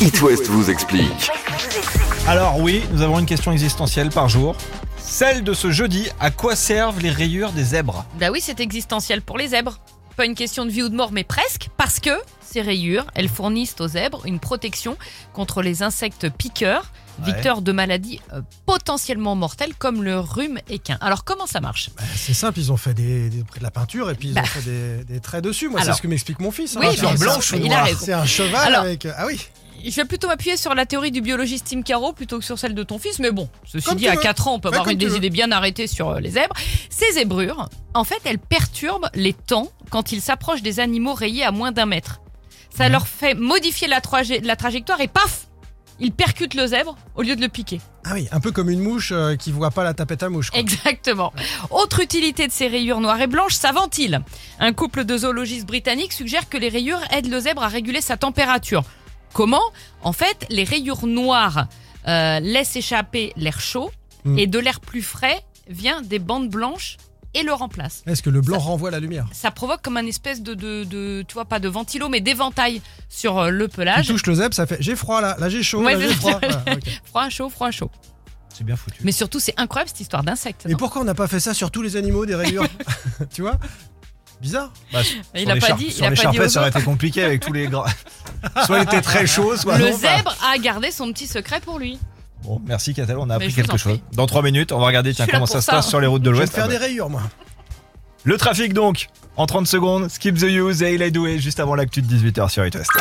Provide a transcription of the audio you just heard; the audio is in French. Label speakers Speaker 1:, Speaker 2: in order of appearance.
Speaker 1: It West vous explique.
Speaker 2: Alors oui, nous avons une question existentielle par jour. Celle de ce jeudi, à quoi servent les rayures des zèbres
Speaker 3: Bah oui, c'est existentiel pour les zèbres. Pas une question de vie ou de mort, mais presque, parce que ces rayures, elles fournissent aux zèbres une protection contre les insectes piqueurs,
Speaker 2: Ouais.
Speaker 3: victeurs de maladies euh, potentiellement mortelles comme le rhume équin. Alors comment ça marche
Speaker 4: Bah, C'est simple, ils ont fait des, des- pris de la peinture et puis ils
Speaker 3: Bah.
Speaker 4: ont fait des, des traits dessus. Moi, c'est
Speaker 3: Alors.
Speaker 4: ce que m'explique mon fils.
Speaker 3: Oui,
Speaker 4: Peinture
Speaker 3: mais-
Speaker 4: blanche
Speaker 3: mais
Speaker 4: ou
Speaker 3: il a
Speaker 4: noire.
Speaker 3: raison.
Speaker 4: C'est un cheval
Speaker 3: Alors.
Speaker 4: avec. Ah oui,
Speaker 3: Je vais plutôt m'appuyer sur la théorie du biologiste Tim Caro plutôt que sur celle de ton fils, mais bon, ceci
Speaker 4: Comme
Speaker 3: dit,
Speaker 4: tu
Speaker 3: à
Speaker 4: veux.
Speaker 3: 4 ans, on peut
Speaker 4: Fais
Speaker 3: avoir
Speaker 4: comme
Speaker 3: une
Speaker 4: tu
Speaker 3: des
Speaker 4: veux.
Speaker 3: idées bien arrêtées sur euh, les zèbres. Ces zébrures, en fait, elles perturbent les temps quand ils s'approchent des animaux rayés à moins d'un mètre.
Speaker 4: Mhm.
Speaker 3: Ça leur fait modifier la, traje- la trajectoire et paf Ils percutent le zèbre au lieu de le piquer.
Speaker 4: ah oui, un peu comme une mouche euh, qui voit pas la tapette à mouche. quoi.
Speaker 3: Exactement. Autre utilité de ces rayures noires et blanches, ça ventile. Un couple de zoologistes britanniques suggère que les rayures aident le zèbre à réguler sa température. Comment En fait, les rayures noires euh, laissent échapper l'air chaud
Speaker 4: Mm.
Speaker 3: et de l'air plus frais vient des bandes blanches et le remplace.
Speaker 4: Est-ce que le blanc renvoie la lumière
Speaker 3: Ça provoque comme un espèce de, de, de- tu vois, pas de ventilo, mais d'éventail sur euh, le
Speaker 4: Tu
Speaker 3: pelage.
Speaker 4: touches le zèbre, ça fait j'ai froid là, là j'ai chaud,
Speaker 3: Ouais,
Speaker 4: là j'ai
Speaker 3: c'est-
Speaker 4: froid. Ouais, ok.
Speaker 3: Froid, chaud, froid, chaud.
Speaker 2: C'est bien foutu.
Speaker 3: Mais surtout, c'est incroyable cette histoire d'insectes.
Speaker 4: Et
Speaker 3: non
Speaker 4: pourquoi on n'a pas fait ça sur tous les animaux des rayures Tu vois Bizarre.
Speaker 2: Bah,
Speaker 3: Il a pas dit, il
Speaker 2: Sur
Speaker 3: a
Speaker 2: les
Speaker 3: pas dit
Speaker 2: charpettes,
Speaker 3: aux
Speaker 2: ça aurait
Speaker 3: autres.
Speaker 2: été compliqué avec tous les gras. soit il était très chaud, soit
Speaker 3: Le
Speaker 2: non, bah.
Speaker 3: zèbre a gardé son petit secret pour lui.
Speaker 2: Bon, merci Catal, on a
Speaker 3: Mais
Speaker 2: appris
Speaker 3: je vous
Speaker 2: quelque
Speaker 3: en
Speaker 2: chose. Dans 3 minutes, on va regarder tiens,
Speaker 3: suis là
Speaker 2: comment
Speaker 3: pour
Speaker 2: ça, se
Speaker 3: ça.
Speaker 2: passe sur les routes de
Speaker 4: Je vais me
Speaker 2: l'Ouest.
Speaker 4: faire
Speaker 2: Ah
Speaker 4: des
Speaker 2: bah.
Speaker 4: rayures moi.
Speaker 2: Le trafic donc, en 30 secondes, skip the use, et il est doué juste avant l'actu de 18h sur It West.